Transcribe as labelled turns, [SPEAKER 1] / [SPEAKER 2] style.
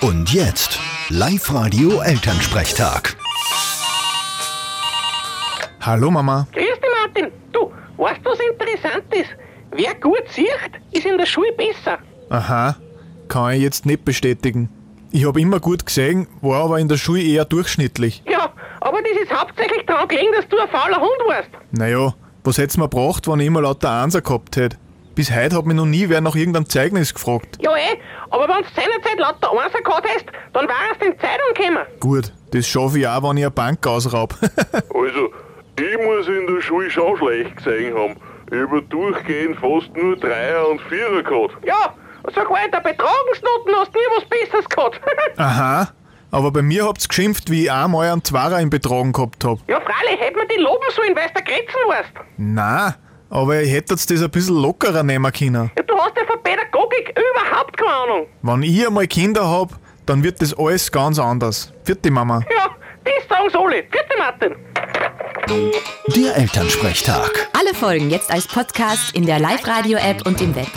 [SPEAKER 1] Und jetzt, Live-Radio Elternsprechtag.
[SPEAKER 2] Hallo Mama.
[SPEAKER 3] Grüß dich, Martin. Du, weißt du, was interessant ist? Wer gut sieht, ist in der Schule besser.
[SPEAKER 2] Aha, kann ich jetzt nicht bestätigen. Ich habe immer gut gesehen, war aber in der Schule eher durchschnittlich.
[SPEAKER 3] Ja, aber das ist hauptsächlich daran gelegen, dass du ein fauler Hund warst.
[SPEAKER 2] Naja, was hätt's mir gebracht, wenn ich immer lauter Einser gehabt hätte? Bis heute hat mich noch nie wer nach irgendeinem Zeugnis gefragt.
[SPEAKER 3] Ja, eh, aber wenn du seinerzeit lauter Einser gehabt hast, dann war es in die Zeitung gekommen.
[SPEAKER 2] Gut, das schaffe ich auch, wenn ich eine Bank ausraub.
[SPEAKER 4] Also, ich muss in der Schule schon schlecht gesehen haben. Über durchgehend fast nur Dreier und Vierer gehabt.
[SPEAKER 3] Ja, sag weiter, bei Tragensnoten hast du nie was Besseres gehabt.
[SPEAKER 2] Aha, aber bei mir habt's geschimpft, wie ich einmal einen Zwarer in Betragen gehabt hab.
[SPEAKER 3] ja, freilich, hätte man dich loben sollen, weil du da Grätzen warst.
[SPEAKER 2] Na, aber ihr hättet das ein bisschen lockerer nehmen können.
[SPEAKER 3] Ja, du hast ja von Pädagogik überhaupt keine Ahnung.
[SPEAKER 2] Wenn ich einmal Kinder hab, dann wird das alles ganz anders. Vierte Mama.
[SPEAKER 3] Ja, das sagen's alle. Vierte Martin.
[SPEAKER 1] Der Elternsprechtag.
[SPEAKER 5] Alle Folgen jetzt als Podcast in der Live-Radio-App und im Web.